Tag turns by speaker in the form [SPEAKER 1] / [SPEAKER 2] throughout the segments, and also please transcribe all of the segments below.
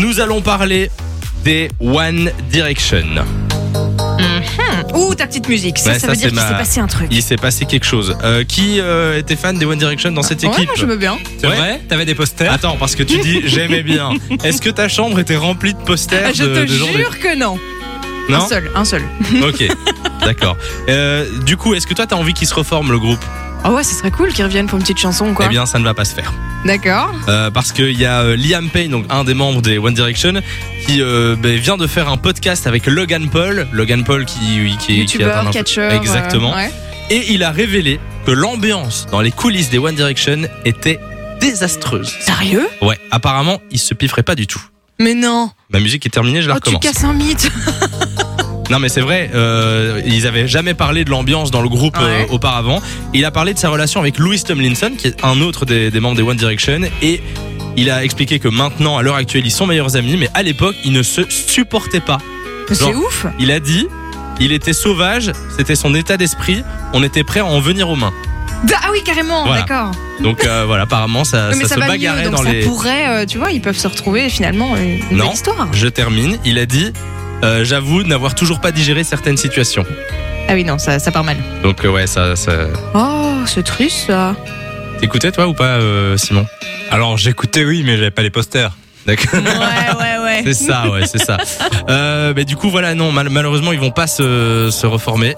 [SPEAKER 1] nous allons parler des One Direction.
[SPEAKER 2] Ouh, ta petite musique. Ça,
[SPEAKER 1] Ouais,
[SPEAKER 2] ça
[SPEAKER 1] ça,
[SPEAKER 2] veut dire
[SPEAKER 1] c'est
[SPEAKER 2] qu'il
[SPEAKER 1] ma-
[SPEAKER 2] s'est passé un truc.
[SPEAKER 1] Il s'est passé quelque chose. Euh, qui euh, était fan des One Direction dans cette
[SPEAKER 2] Ouais,
[SPEAKER 1] équipe
[SPEAKER 2] moi, je me bien.
[SPEAKER 3] C'est
[SPEAKER 1] Ouais.
[SPEAKER 3] vrai T'avais des posters
[SPEAKER 1] Attends, parce que tu dis j'aimais bien. Est-ce que ta chambre était remplie de posters
[SPEAKER 2] Ah, je
[SPEAKER 1] de,
[SPEAKER 2] te
[SPEAKER 1] de gens de-
[SPEAKER 2] jure que non. Un
[SPEAKER 1] Non
[SPEAKER 2] seul, un seul.
[SPEAKER 1] Ok, d'accord. Euh, du coup, est-ce que toi, t'as envie qu'il se reforme le groupe
[SPEAKER 2] Ah ouais, ce serait cool qu'ils reviennent pour une petite chanson, quoi.
[SPEAKER 1] Eh bien, ça ne va pas se faire.
[SPEAKER 2] D'accord.
[SPEAKER 1] Euh, parce qu'il y a euh, Liam Payne, donc un des membres des One Direction, qui euh, ben, vient de faire un podcast avec Logan Paul. Logan Paul qui, qui, qui atteint
[SPEAKER 2] Youtubeur,
[SPEAKER 1] un peu-
[SPEAKER 2] catcheur.
[SPEAKER 1] Exactement.
[SPEAKER 2] euh, ouais.
[SPEAKER 1] Et il a révélé que l'ambiance dans les coulisses des One Direction était désastreuse.
[SPEAKER 2] Sérieux
[SPEAKER 1] Ouais, apparemment, il se pifferait pas du tout.
[SPEAKER 2] Mais non.
[SPEAKER 1] Ma musique est terminée, je la
[SPEAKER 2] Oh, tu
[SPEAKER 1] recommence.
[SPEAKER 2] casses un mythe.
[SPEAKER 1] Non mais c'est vrai, euh, ils avaient jamais parlé de l'ambiance dans le groupe euh,
[SPEAKER 2] Ouais.
[SPEAKER 1] auparavant. Il a parlé de sa relation avec Louis Tomlinson, qui est un autre des, des membres des One Direction, et il a expliqué que maintenant, à l'heure actuelle, ils sont meilleurs amis, mais à l'époque, ils ne se supportaient pas.
[SPEAKER 2] C'est
[SPEAKER 1] Genre-
[SPEAKER 2] ouf.
[SPEAKER 1] Il a dit, il était sauvage, c'était son état d'esprit, on était prêt à en venir aux mains.
[SPEAKER 2] Da- Ah oui, carrément,
[SPEAKER 1] Voilà.
[SPEAKER 2] d'accord.
[SPEAKER 1] Donc euh, voilà, apparemment, ça,
[SPEAKER 2] Mais
[SPEAKER 1] ça
[SPEAKER 2] ça,
[SPEAKER 1] se
[SPEAKER 2] va
[SPEAKER 1] bagarrait
[SPEAKER 2] mieux, donc
[SPEAKER 1] dans
[SPEAKER 2] ça
[SPEAKER 1] les...
[SPEAKER 2] pourrait, euh, tu vois, ils peuvent se retrouver finalement une, une
[SPEAKER 1] Non.
[SPEAKER 2] belle histoire.
[SPEAKER 1] Je termine, il a dit, euh, j'avoue n'avoir toujours pas digéré certaines situations.
[SPEAKER 2] Ah oui, non, ça, ça part mal.
[SPEAKER 1] Donc euh, ouais, ça... ça...
[SPEAKER 2] Oh, c'est triste, ça.
[SPEAKER 1] T'écoutais toi ou pas, euh, Simon
[SPEAKER 3] Alors j'écoutais oui, mais j'avais pas les posters.
[SPEAKER 1] D'accord.
[SPEAKER 2] Ouais, ouais, ouais.
[SPEAKER 1] C'est ça, ouais, c'est ça. Euh, mais du coup, voilà, non, mal- malheureusement, ils vont pas se, se reformer.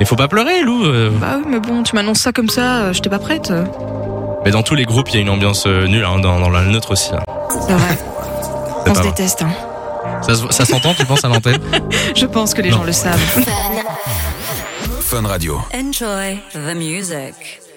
[SPEAKER 1] Il faut pas pleurer, Lou. euh.
[SPEAKER 2] Bah oui, mais bon, tu m'annonces ça comme ça, euh, j'étais pas prête. C'est
[SPEAKER 1] Mais dans tous les groupes, il y a une ambiance euh, nulle, hein, dans, dans la nôtre aussi. hein.
[SPEAKER 2] vrai,
[SPEAKER 1] C'est
[SPEAKER 2] on
[SPEAKER 1] pas
[SPEAKER 2] se
[SPEAKER 1] vrai.
[SPEAKER 2] déteste. hein.
[SPEAKER 1] Ça, se- ça s'entend, tu penses à l'antenne
[SPEAKER 2] Je pense que les
[SPEAKER 1] Non.
[SPEAKER 2] gens le savent.
[SPEAKER 4] Fun.
[SPEAKER 3] Fun Radio.
[SPEAKER 4] Enjoy the music.